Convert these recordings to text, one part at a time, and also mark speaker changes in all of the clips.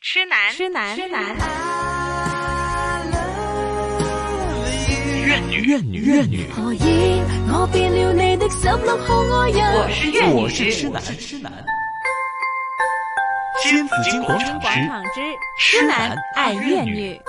Speaker 1: 痴 男，
Speaker 2: 痴男，啊痴男，
Speaker 3: 怨女，怨女，怨女。
Speaker 4: 何以我變了你的十六號愛人？
Speaker 1: 我是怨女，
Speaker 3: 我是痴男，痴男。金紫荆广场
Speaker 2: 广
Speaker 3: 之
Speaker 2: 场之
Speaker 3: 痴
Speaker 2: 痴
Speaker 3: 男
Speaker 2: 男
Speaker 3: 爱
Speaker 2: 爱
Speaker 3: 怨
Speaker 2: 怨
Speaker 3: 女
Speaker 2: 女。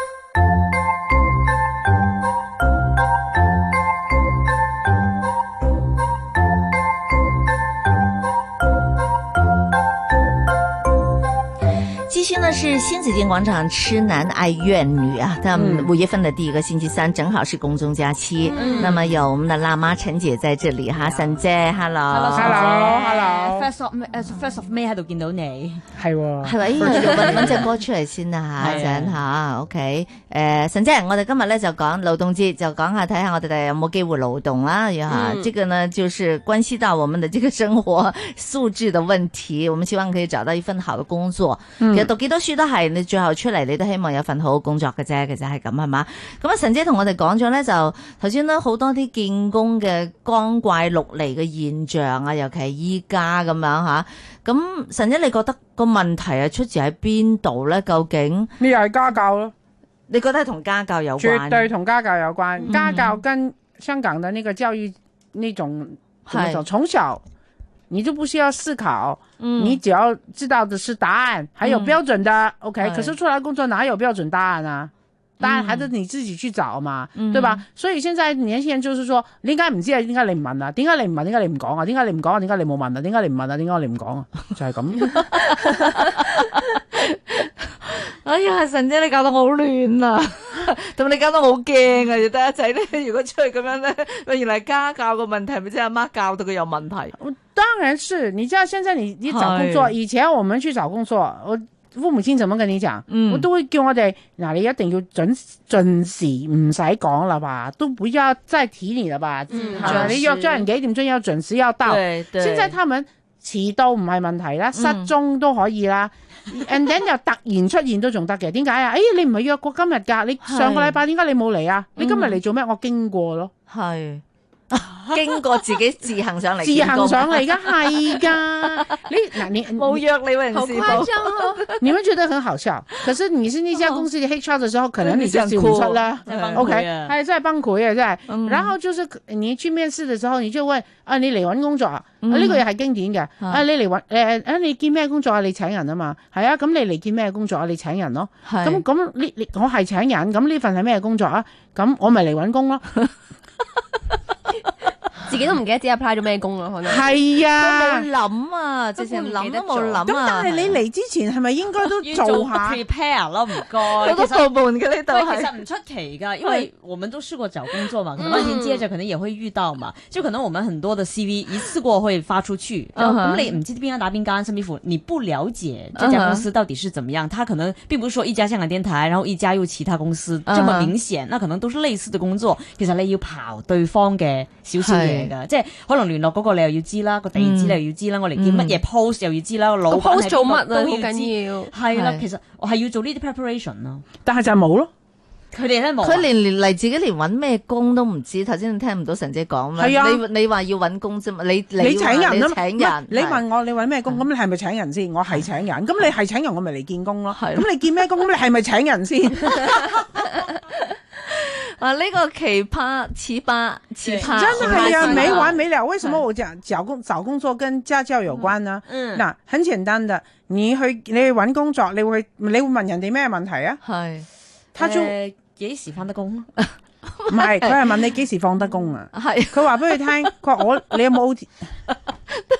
Speaker 5: 继续呢是新紫金广场痴男爱怨女啊，那么
Speaker 2: 嗯
Speaker 5: 五月份的第一个星期三正好是公众假期，
Speaker 2: 嗯
Speaker 5: 那么有我们的辣妈陈姐在这里哈，岑姐，hello，hello，
Speaker 6: Hello，Hello，
Speaker 2: First of May- 誒 First of May 喺度見到你，
Speaker 6: 係喎，
Speaker 5: 係咪？我哋揾揾只歌出嚟先啊啦吓，
Speaker 2: 係
Speaker 5: 陣吓，OK，誒，岑姐，我哋今日咧就講勞動節，就講下睇下我哋哋有冇機會勞動啦，要哈，
Speaker 2: 嗯
Speaker 5: 這個呢就是關係到我們的這個生活素質的問題，我們希望可以找到一份好的工作。其實讀幾多書都係，你最後出嚟你都希望有份好好工作嘅啫，其實係咁係嘛？咁啊，陳姐同我哋講咗咧，就頭先咧好多啲建工嘅光怪陸離嘅現象啊，尤其係依家咁樣吓。咁陳姐，你覺得個問題係出自喺邊度咧？究竟
Speaker 6: 呢又係家教咯，
Speaker 5: 你覺得係同家教有關？
Speaker 6: 絕對同家教有關。
Speaker 5: 嗯
Speaker 6: 家教跟香港的那個教育那種怎麼
Speaker 5: 係
Speaker 6: 講，從小你就不需要思考，
Speaker 5: 嗯
Speaker 6: 你只要知道的是答案，還有
Speaker 5: 嗯
Speaker 6: 標準的。OK，
Speaker 5: 對
Speaker 6: 可是出来工作哪有標準答案啊？答案
Speaker 5: 嗯
Speaker 6: 還得你自己去找嘛，
Speaker 5: 嗯
Speaker 6: 對吧？所以現在年輕人就是說，你點解唔知啊？點解你唔問啊？點解你唔問？點解你唔講啊？點解你唔講啊？點解你冇問啊？點解你唔問啊？點解你唔講啊？就係咁，
Speaker 5: 哎呀，神姐，你搞到我好亂啊！ 同你搞到我好驚啊！要得仔咧，如果出去咁樣咧，喂原來家教個問題，咪即係阿媽教到佢有問題。
Speaker 6: 當然是你知道現在你你找工作，
Speaker 5: 係
Speaker 6: 以前我們去找工作，我父母親怎麼跟你講？
Speaker 5: 嗯
Speaker 6: 我都會叫我哋嗱，你一定要準準時，唔使講啦吧，都不要再提你啦吧。
Speaker 2: 嗯
Speaker 6: 係咪
Speaker 5: 準時
Speaker 6: 你約咗人幾點鐘要準時要到。
Speaker 5: 對對，
Speaker 6: 先在他們遲到唔係問題
Speaker 5: 嗯
Speaker 6: 啦，失蹤都可以 啦。and then 又突然出現都仲得嘅，點解啊？誒、你唔係約過今日㗎？你
Speaker 5: 係
Speaker 6: 上個禮拜點解你冇嚟啊？你今日
Speaker 5: 嗯
Speaker 6: 嚟做咩？我經過咯，
Speaker 5: 系經過自己自行上嚟，
Speaker 6: 自行上嚟㗎，係㗎。你嗱你
Speaker 5: 冇
Speaker 6: 你
Speaker 5: 約你為人
Speaker 2: 好
Speaker 5: 事
Speaker 2: 誇
Speaker 5: 部。
Speaker 2: 張哦！
Speaker 6: 你們覺得很好笑，可是你是那家公司的 HR 的時候，可能你就笑唔出啦。嗯
Speaker 2: 真係崩
Speaker 6: OK，
Speaker 2: 潰啊！
Speaker 6: 係真係崩潰啊，真係。
Speaker 5: 嗯
Speaker 6: 然後就是你去面試嘅時候，你就問啊，你嚟揾工作啊？啊
Speaker 5: 嗯
Speaker 6: 呢個又係經典嘅。
Speaker 5: 啊
Speaker 6: 啊，你嚟揾誒誒，你見咩工作啊？你請人啊嘛。係啊，咁你嚟見咩工作啊？你請人咯。咁
Speaker 5: 係
Speaker 6: 咁呢？呢我係請人，咁呢份係咩工作啊？咁我咪嚟揾工咯。
Speaker 2: 自己都唔記得自己 apply 咗咩工啦，可能
Speaker 6: 係啊
Speaker 5: 佢。冇諗啊，直情諗都冇諗啊。
Speaker 6: 係你嚟之前係咪應該 都
Speaker 7: 要做 prepare 咯，唔
Speaker 5: 好
Speaker 7: 該。
Speaker 5: 多
Speaker 7: 其實
Speaker 5: 部門嘅呢度
Speaker 7: 对，其
Speaker 5: 係
Speaker 7: 實唔出奇噶，因為我們都試過找工作嘛，可能二年接着可能也會遇到嘛，就可能我們很多的 CV 一次過會發出去，
Speaker 5: 嗯
Speaker 7: 咁、
Speaker 5: 哼
Speaker 7: 你唔知邊間打邊間，甚至乎你不了解這家公司到底是怎麼樣，他可能並不是說一家香港電台，然後一家又其他公司
Speaker 5: 嗯哼
Speaker 7: 這麼明顯，那可能都是類似的工作，其實你要刨對方嘅少少嘢㗎，即係可能聯絡嗰個你又要知啦，個地址你又要知啦，我嚟見乜嘢 post 又要知啦，個
Speaker 2: 個
Speaker 7: 老闆係
Speaker 2: post 做乜啊？
Speaker 7: 邊個
Speaker 2: 好
Speaker 7: 都要知。
Speaker 2: 緊要。
Speaker 7: 係啦，
Speaker 5: 係
Speaker 7: 其實我係要做呢啲 preparation 咯。
Speaker 6: 但係就冇咯。
Speaker 7: 佢哋咧冇啊。
Speaker 5: 佢連連嚟自己連揾咩工都唔知，頭先你聽唔到神姐講嘛？
Speaker 6: 係啊
Speaker 5: 你你話要揾工啫嘛？你
Speaker 6: 你請
Speaker 5: 請
Speaker 6: 人啊
Speaker 5: 你
Speaker 6: 嘛，
Speaker 5: 請
Speaker 6: 唔係
Speaker 5: 人，
Speaker 6: 你問我你揾咩工，咁你係咪請人先？我係請人，咁你係請人，我咪嚟見工咯。
Speaker 5: 係
Speaker 6: 咁你見咩工？咁你係咪請人 先？
Speaker 5: 啊呢個奇葩奇葩奇葩，
Speaker 6: 真係啊
Speaker 5: 我
Speaker 6: 呀，
Speaker 5: 太
Speaker 6: 沒
Speaker 5: 奇葩
Speaker 6: 完沒了。為什麼我講找工找工作跟家教有關呢？
Speaker 7: 嗯
Speaker 6: 嗱，很簡單的，你去你去揾工作，你會你會問人哋咩問題啊？
Speaker 5: 係
Speaker 6: 他就唔
Speaker 7: 誒幾時翻得工？啊
Speaker 6: 係，佢係問你幾時放得工啊？
Speaker 5: 係
Speaker 6: 佢話俾佢聽，佢話我你有冇 OT？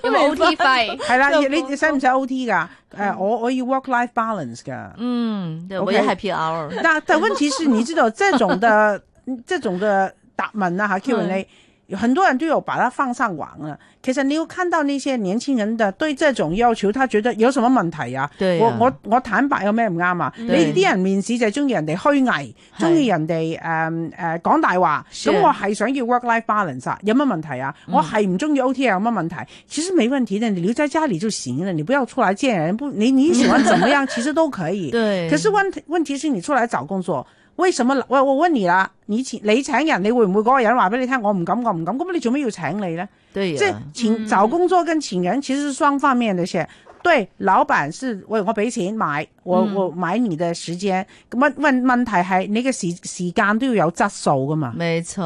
Speaker 2: 有冇 OT 費？
Speaker 6: 係 啦，你你使唔使 OT 㗎？誒，我我要 work life balance 㗎。
Speaker 5: 嗯，對
Speaker 6: OK
Speaker 5: 我要 happy hour。
Speaker 6: 那但问题是，你知道这种的嗯这种的答问啊，哈
Speaker 5: 嗯
Speaker 6: Q&A，有很多人都有把它放上网了。其实你有看到那些年轻人的对这种要求，他觉得有什么问题啊？
Speaker 5: 對
Speaker 6: 我
Speaker 5: 啊
Speaker 6: 我我坦白有咩唔啱啊？你
Speaker 5: 對
Speaker 6: 啲人面試就係中意人哋虛偽，
Speaker 5: 係
Speaker 6: 中意人哋誒誒講大話。
Speaker 5: 是嗯
Speaker 6: 咁我係想要 work-life balance，啊有乜問題啊？我係唔中意 OT 啊，有乜問題？其實沒問題的，你留在家裡就行了，你不要出來見人，不，你你喜歡怎麼樣，其實都 可以。
Speaker 5: 對，啊
Speaker 6: 可是問題問題是你出來找工作，為什麼？我我問你啦，你請你請人，你會唔會嗰個人話俾你聽？我唔敢，我唔敢。咁你做咩要請你呢？
Speaker 5: 對啊
Speaker 6: 即
Speaker 5: 呀
Speaker 6: 係請找工作跟請人其實是雙方面嘅事。对，老板是喂我俾錢買，我
Speaker 5: 嗯
Speaker 6: 我買你的時間。問問問題係你嘅時時間都要有質素噶嘛？
Speaker 5: 没错，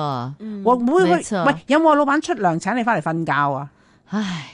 Speaker 6: 我唔會
Speaker 5: 沒
Speaker 6: 去
Speaker 5: 錯
Speaker 6: 喂有冇老闆出糧請你翻嚟瞓覺啊？
Speaker 5: 唉。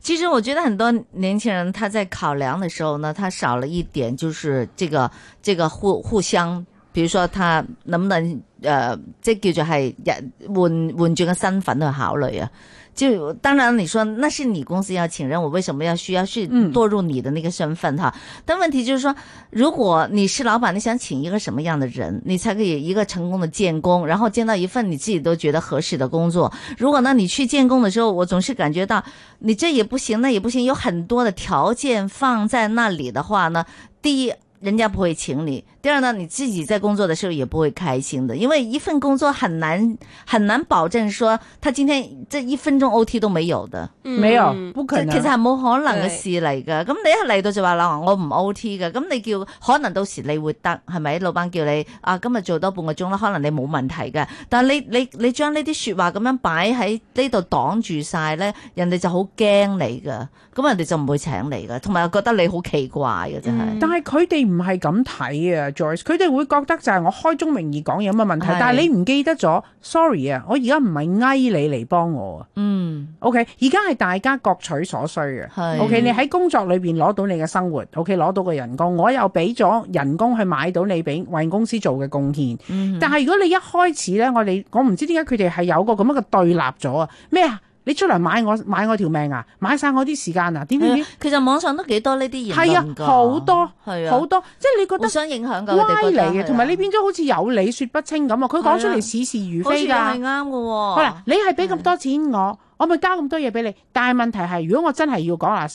Speaker 5: 其实我觉得很多年轻人他在考量的时候呢，他少了一点就是这个这个互互相，比如说他能不能呃，即叫做系人换换转个身份去考虑啊。就当然你说那是你公司要请人，我为什么要需要去
Speaker 6: 嗯
Speaker 5: 堕入你的那个身份哈？但问题就是说，如果你是老板，你想请一个什么样的人，你才可以一个成功的建工，然后建到一份你自己都觉得合适的工作。如果呢，你去建工的时候，我总是感觉到你这也不行，那也不行，有很多的条件放在那里的话呢，第一。人家不会请你。第二呢，你自己在工作的时候也不会开心的，因为一份工作很难很难保证说他今天这一分钟 OT 都没有的。
Speaker 2: 嗯
Speaker 6: 沒有，啊不可
Speaker 5: 嗯即係其實
Speaker 6: 能。
Speaker 5: 係冇可能嘅
Speaker 2: 對
Speaker 5: 事嚟㗎。咁你一嚟到就話啦，我唔 O T 嘅，咁你叫可能到時你會得係咪？老闆叫你啊，今日做多半個鐘啦，可能你冇問題嘅。但係你你你將呢啲説話咁樣擺喺呢度擋住晒咧，人哋就好驚你㗎。咁人哋就唔會請你㗎，同埋覺得你好奇怪嘅
Speaker 7: 嗯
Speaker 5: 真係。
Speaker 6: 但係佢哋唔係咁睇啊，Joyce，佢哋會覺得就係我開宗明義講有乜問題
Speaker 5: 係，
Speaker 6: 但係你唔記得咗，sorry 啊，我而家唔係翳你嚟幫我啊。
Speaker 5: 嗯，
Speaker 6: OK，而家係大家各取所需嘅。
Speaker 5: 係
Speaker 6: OK，你喺工作裏邊攞到你嘅生活，OK，攞到個人工，我又俾咗人工去買到你俾為公司做嘅貢獻。
Speaker 5: 嗯
Speaker 6: 但係如果你一開始咧，我哋我唔知點解佢哋係有個咁樣嘅對立咗啊？咩啊？你出嚟買我買我條命啊！買晒我啲時間啊！點點點
Speaker 5: 嗯其實網上都幾多呢啲言論㗎，
Speaker 6: 係啊好多
Speaker 5: 係啊，
Speaker 6: 好多，即係你覺
Speaker 5: 互
Speaker 6: 得
Speaker 5: 相影響㗎，
Speaker 6: 歪
Speaker 5: 佢哋覺得
Speaker 6: 嚟
Speaker 5: 係啊
Speaker 6: 嘅，同埋你變咗好似有理說不清咁啊！佢講出
Speaker 5: 係啊
Speaker 6: 嚟似是而
Speaker 5: 好似
Speaker 6: 非㗎。
Speaker 5: 係嗯啱嘅喎。
Speaker 6: 好啦，你係俾咁多錢我，我咪交咁多嘢俾你。但係問題係，如果我真係要講啦，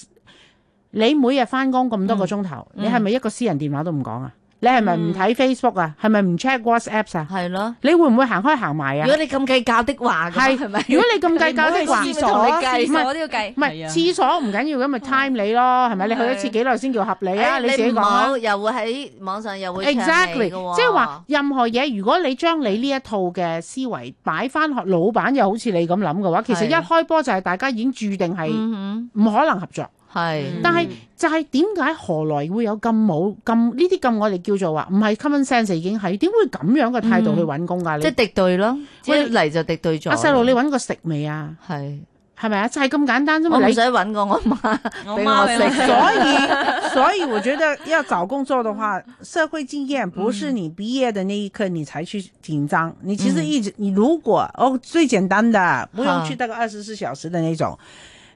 Speaker 6: 你每日翻工咁多個鐘頭，
Speaker 5: 嗯
Speaker 6: 你係咪一個私人電話都唔講啊？你係咪唔睇 Facebook 啊？係咪唔 check WhatsApp 啊？
Speaker 5: 係咯。
Speaker 6: 你會唔會行開行埋
Speaker 5: 如
Speaker 6: 啊？
Speaker 5: 果你咁計較的話，
Speaker 6: 係
Speaker 5: 係咪？
Speaker 6: 如果你咁 計較的話，
Speaker 5: 你唔好去
Speaker 6: 廁
Speaker 5: 廁所
Speaker 6: 所
Speaker 5: 計
Speaker 6: 唔係
Speaker 2: 我啊都要計
Speaker 6: 唔
Speaker 7: 係
Speaker 6: 係
Speaker 7: 啊
Speaker 6: 廁所唔緊要，咁
Speaker 5: 嗯
Speaker 6: 咪 time 你咯，係咪？你去一次幾耐先叫合理啊？
Speaker 5: 誒
Speaker 6: 你自己
Speaker 5: 哎唔
Speaker 6: 講啊
Speaker 5: 好又會喺網上又會
Speaker 6: Exactly，即係
Speaker 5: 係
Speaker 6: 話任何嘢，如果你將你呢一套嘅思維擺翻學，老闆又好似你咁諗嘅話，其
Speaker 5: 係
Speaker 6: 實一開波就係大家已經注定係
Speaker 5: 嗯
Speaker 6: 唔可能合作。
Speaker 5: 哼，係
Speaker 2: 嗯
Speaker 6: 但係就係點解何來會有咁冇咁呢啲咁我哋叫做話唔係 common sense 已經係點會咁樣嘅態度去揾工㗎？
Speaker 5: 嗯即係
Speaker 6: 你
Speaker 5: 敵對咯，即係
Speaker 6: 喂
Speaker 5: 一嚟就敵對咗。
Speaker 6: 阿細路，你揾過食未啊？
Speaker 5: 係
Speaker 6: 係咪啊？就係咁簡單啫
Speaker 5: 我
Speaker 6: 嘛！
Speaker 5: 唔
Speaker 6: 你
Speaker 5: 使揾過我 媽，
Speaker 7: 我
Speaker 5: 俾
Speaker 7: 媽
Speaker 5: 我
Speaker 7: 俾
Speaker 5: 食
Speaker 7: 我
Speaker 6: 所以，所以我觉得要找工作的话，社会经验不是你毕业的那一刻你才去紧张，你其实一直，你如果哦最简单的，不用去那个二十四小时的那种，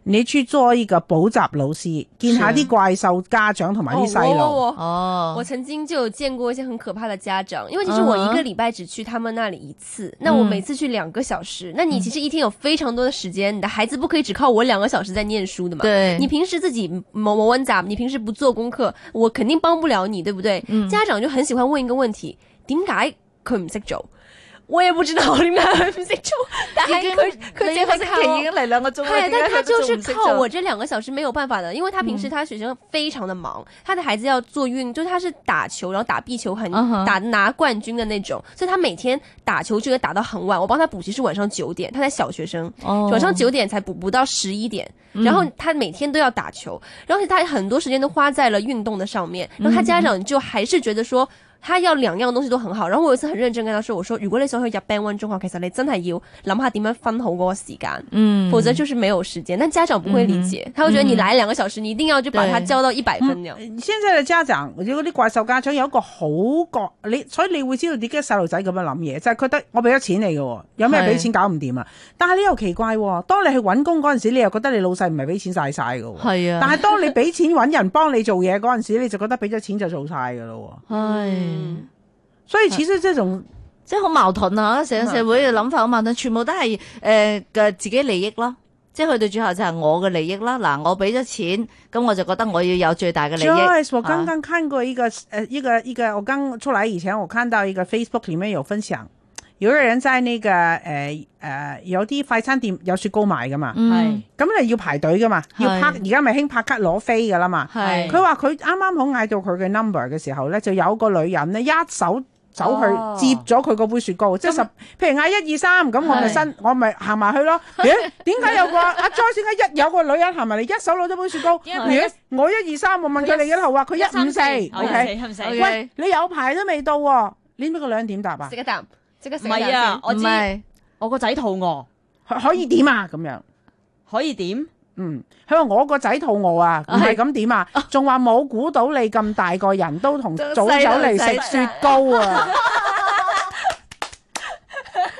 Speaker 6: 你去做一个补习老师，见下啲怪兽家长同埋啲细路，
Speaker 2: 我
Speaker 5: 哦，
Speaker 2: 我曾经就有见过一些很可怕的家长，因为其实我一个礼拜只去他们那里一次，那我每次去两个小时，那你其实一天有非常多的时间，你的孩子不可以只靠我两个小时在念书的嘛？
Speaker 5: 對
Speaker 2: 你平时自己某某温杂，你平时不做功课，我肯定帮不了你，对不对？
Speaker 5: 嗯
Speaker 2: 家长就很喜欢问一个问题：点解佢唔识做？我也不知道点解佢唔识做，但系佢佢最后
Speaker 5: 星期已經嚟兩個鐘啦，
Speaker 2: 对，
Speaker 5: 點
Speaker 2: 哎但
Speaker 5: 解
Speaker 2: 他
Speaker 5: 都
Speaker 2: 就是
Speaker 5: 仲唔識
Speaker 2: 靠
Speaker 5: 做嗯
Speaker 2: 我。这两个小时没有办法的，因为他平时他学生非常的忙，他的孩子要做运，就是他是打球，然后打壁球很、
Speaker 5: 嗯哼
Speaker 2: 打拿冠军的那种，所以他每天打球就得打到很晚。我帮他补习是晚上九点，他才小学生，
Speaker 5: 哦嗯
Speaker 2: 晚上九点才补，补到十一点，然后他每天都要打球，然后他很多时间都花在了运动的上面，然后他家长就还是觉得说。他要兩樣東西都很好，然後我有一次很認真跟他說：“我說如果你想去入 Band One 中學，其實你真係要諗下點樣分好嗰個時間。
Speaker 5: 嗯
Speaker 2: 否则就是没有时间。但家长不会理解，他会觉得你来两个小时，你一定要就把它
Speaker 5: 对
Speaker 2: 教到一百分那
Speaker 5: 嗯
Speaker 2: 样。
Speaker 6: 呃现在嘅家長，如果啲怪獸家長有一個好覺，你所以你會知道點解細路仔咁樣諗嘢，就係、覺得我俾咗錢你嘅喎，有咩俾錢搞唔掂啊？但係你又奇怪喎，當你去揾工嗰陣時，你又覺得你老細唔係俾錢晒晒嘅喎。
Speaker 5: 係
Speaker 6: 但
Speaker 5: 啊，
Speaker 6: 係當你俾錢揾人幫你做嘢嗰陣時，你就覺得俾咗錢就做晒㗎咯
Speaker 5: 係。
Speaker 6: 喎。所以其實即種
Speaker 5: 嗯即係好矛盾啊！成個社會嘅諗法好矛盾，全部都係誒嘅自己利益咯。即係去到最後就係我嘅利益啦。嗱，我俾咗錢，咁我就覺得我要有最大嘅利益。
Speaker 6: Joyce，我
Speaker 5: 啊
Speaker 6: 剛剛看過一個呃一個一個，我剛出來以前，我看到一個 Facebook 裡面有分享，有一個人在那個呃呃有啲快餐店有雪糕賣㗎嘛，
Speaker 5: 嗯
Speaker 6: 咁你要排隊㗎嘛，
Speaker 5: 係
Speaker 6: 要拍而家咪興拍卡攞飛㗎啦嘛。
Speaker 5: 係
Speaker 6: 佢話佢啱啱好嗌到佢嘅 number 嘅時候咧，就有個女人咧一手走去
Speaker 7: 哦
Speaker 6: 接咗佢嗰杯雪糕，即係十，譬如嗌一二三咁，我咪
Speaker 5: 係
Speaker 6: 伸，我咪行埋去咯。咦？點解有個阿 Joyce 點解一有個女人行埋嚟，一手攞咗杯雪糕？
Speaker 7: 因為佢
Speaker 6: 咦？我一二三，我問佢你幾多號啊？佢一五四，OK。
Speaker 7: 哎唔使
Speaker 5: ，OK
Speaker 6: 喂，你有排都未到喎，你知唔知佢兩點答啊
Speaker 2: 食？一啖，即刻
Speaker 7: 唔
Speaker 2: 食一啖
Speaker 7: 係啊，我
Speaker 5: 唔
Speaker 7: 知
Speaker 5: 係
Speaker 7: 我個仔肚餓，
Speaker 6: 可可以點啊？咁樣。
Speaker 7: 可以點？
Speaker 6: 嗯，佢話我個仔肚餓啊，唔係咁點啊，仲話冇估到你咁大個人都同
Speaker 5: 都
Speaker 6: 早走嚟食雪糕啊！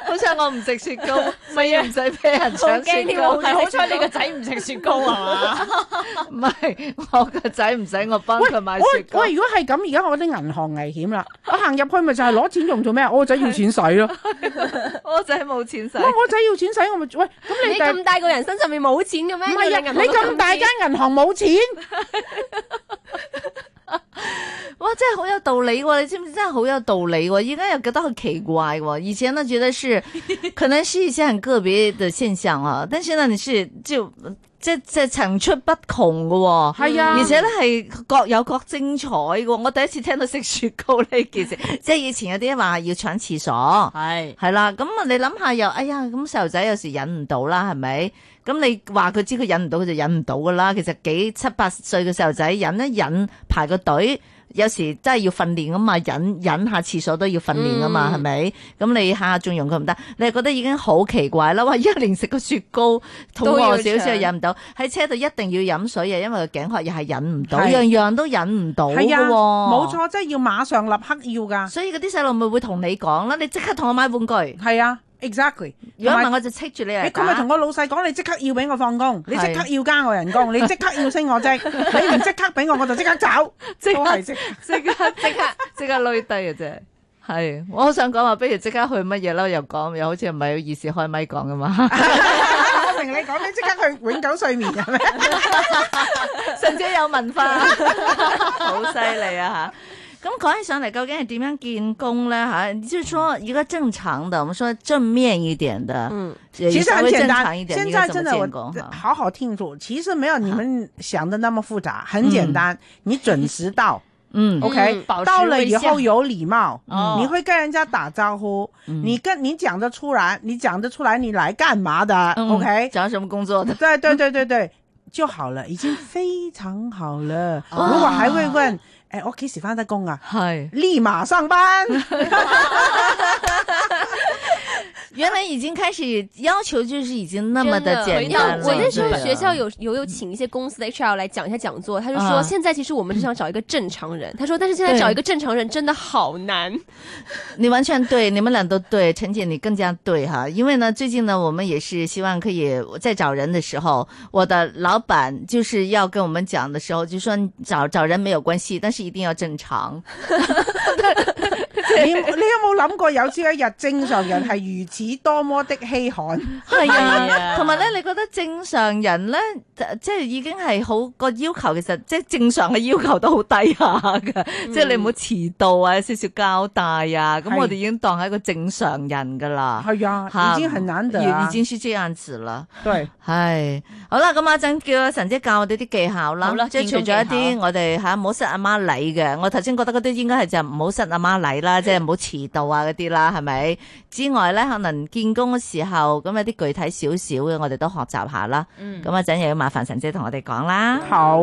Speaker 5: 好彩我唔食雪 糕，咪唔使俾人
Speaker 7: 啊好
Speaker 5: 搶
Speaker 7: 驚
Speaker 5: 雪
Speaker 7: 添啊
Speaker 5: 糕。
Speaker 7: 喎，係好彩你個仔唔食雪糕啊嘛！
Speaker 5: 唔係我個仔唔使我幫
Speaker 6: 喂，
Speaker 5: 佢買雪
Speaker 6: 我
Speaker 5: 糕
Speaker 6: 我。如果係咁，而家我覺得銀行危險啦，我行入去咪就係攞錢用做咩啊？我個仔要錢使咯，
Speaker 5: 我仔冇錢使
Speaker 6: 喂，我仔要錢使，我咪喂咁
Speaker 2: 你
Speaker 6: 你第
Speaker 2: 咁大個人身上面冇錢嘅咩？
Speaker 6: 唔係啊？
Speaker 2: 你銀行
Speaker 6: 你咁大間銀行冇錢，
Speaker 5: 哇，真係好有道理喎！你知唔知真係好有道理喎？而家又覺得很奇怪喎。以前呢覺得是 可能是一些很個別的現象啊，但是呢你是就即即層出不窮嘅喎。
Speaker 6: 係啊
Speaker 5: 而且咧係各有各精彩嘅喎。我第一次聽到食雪糕呢件事，即係以前有啲話要搶廁所。
Speaker 7: 係
Speaker 5: 係啦，咁啊，你諗下又，哎呀，咁細路仔有時忍唔到啦，係咪？咁你話佢知佢忍唔到，佢就忍唔到噶啦。其實幾七八歲嘅細路仔忍一忍，排個隊，有時真係要訓練噶嘛，忍忍下廁所都要訓練噶嘛，
Speaker 2: 嗯
Speaker 5: 係咪？咁你下下縱容佢唔得，你係覺得已經好奇怪啦。哇，一連食個雪糕，肚
Speaker 2: 都要
Speaker 5: 餓少少
Speaker 2: 搶
Speaker 5: 又忍唔到，喺車度一定要飲水啊，因為個頸渴又係忍唔到，
Speaker 6: 係
Speaker 5: 樣樣都忍唔到噶
Speaker 6: 係
Speaker 5: 喎。
Speaker 6: 啊，冇。錯，啊即係要馬上立刻要㗎，
Speaker 5: 所以嗰啲細路咪會同你講啦，你即刻同我買玩具。
Speaker 6: 係啊，exactly。
Speaker 5: 如果唔
Speaker 6: 同埋
Speaker 5: 係我就戚住你嚟
Speaker 6: 你佢咪
Speaker 5: 打
Speaker 6: 同個老細講，你即刻要俾我放工，你即刻要加我人工，你即刻要升 我職，你唔即刻俾我，我就即刻走，
Speaker 5: 即刻
Speaker 6: 都係即刻。
Speaker 5: 即刻啊即刻即刻累低嘅啫。係，我好想講話，不如即刻去乜嘢啦？又講，又好似唔係好意思開咪講噶 嘛。
Speaker 6: 我明你講你即刻去永久睡眠 係咪？
Speaker 5: 甚至有文化， 好犀利啊吓！咁講起上嚟，究竟係點樣建功咧吓？就是說一個正常的，我們說正面一點的，
Speaker 2: 嗯，
Speaker 5: 其
Speaker 6: 其實很簡
Speaker 5: 正常一
Speaker 6: 單，
Speaker 5: 點，
Speaker 6: 現
Speaker 5: 應該
Speaker 6: 在
Speaker 5: 怎
Speaker 6: 真
Speaker 5: 麼
Speaker 6: 的
Speaker 5: 建功
Speaker 6: 我
Speaker 5: 哈？
Speaker 6: 好好聽住，其實沒有你們想的那麼複雜，很簡單，你準時 到
Speaker 5: 嗯
Speaker 6: ，OK，
Speaker 7: 保持
Speaker 6: 到了
Speaker 7: 微
Speaker 6: 以
Speaker 7: 笑
Speaker 6: 後有禮貌，
Speaker 7: 哦
Speaker 6: 你会跟人家打招呼，
Speaker 5: 嗯
Speaker 6: 你跟你講得出來，你講得出來你來幹嘛的
Speaker 5: 嗯
Speaker 6: ？OK，
Speaker 5: 找什麼工作的？
Speaker 6: 对对对对对，就好了，已經非常好了。如
Speaker 5: 哦
Speaker 6: 果還會問，誒哎我幾時翻得工啊？
Speaker 5: 係，
Speaker 6: 立馬 上班。
Speaker 5: 原來已經開始要求，就是已經那麼的簡單了。
Speaker 2: 我那时候
Speaker 5: 對
Speaker 2: 学校有有有请一些公司的 HR 来讲一下讲座，他就说
Speaker 5: 啊
Speaker 2: 现在其实我们是想找一个正常人，他说但是现在找一个正常人真的好难。
Speaker 5: 你完全对，你们俩都对，陈姐你更加对哈，因为呢，最近呢，我们也是希望可以呃在找人的时候，我的老板就是要跟我们讲的时候，就说你找找人没有关系，但是一定要正常。
Speaker 6: 你你有冇諗過有朝一日正常人係如此多麼的 稀罕？
Speaker 5: 係
Speaker 7: 係啊
Speaker 5: 同埋咧，你覺得正常人咧，即係已經係好個要求，其實即係正常嘅要求都好低下嘅，即係你唔好遲到啊，有少少交代啊，咁
Speaker 6: 係
Speaker 5: 我哋已經當係一個正常人噶啦。
Speaker 6: 係啊，
Speaker 5: 嚇
Speaker 6: 已經很難得
Speaker 5: 已
Speaker 6: 啊
Speaker 5: 已。經是這樣子啦。
Speaker 6: 對，
Speaker 5: 係，好啦，咁阿陣叫阿神姐教我哋啲技巧啦
Speaker 7: 好啦，
Speaker 5: 即係除
Speaker 7: 見功技
Speaker 5: 咗一
Speaker 7: 巧
Speaker 5: 啲我哋吓唔好失阿媽禮嘅，我頭先覺得嗰啲應該係就唔好失阿媽禮 啦，即係唔好遲到啊嗰啲啦，係咪？之外咧，可能見工嘅時候咁有啲具體少少嘅，我哋都學習下啦。
Speaker 7: 嗯
Speaker 5: 咁阿陣又要麻煩神姐同我哋講啦。
Speaker 6: 好。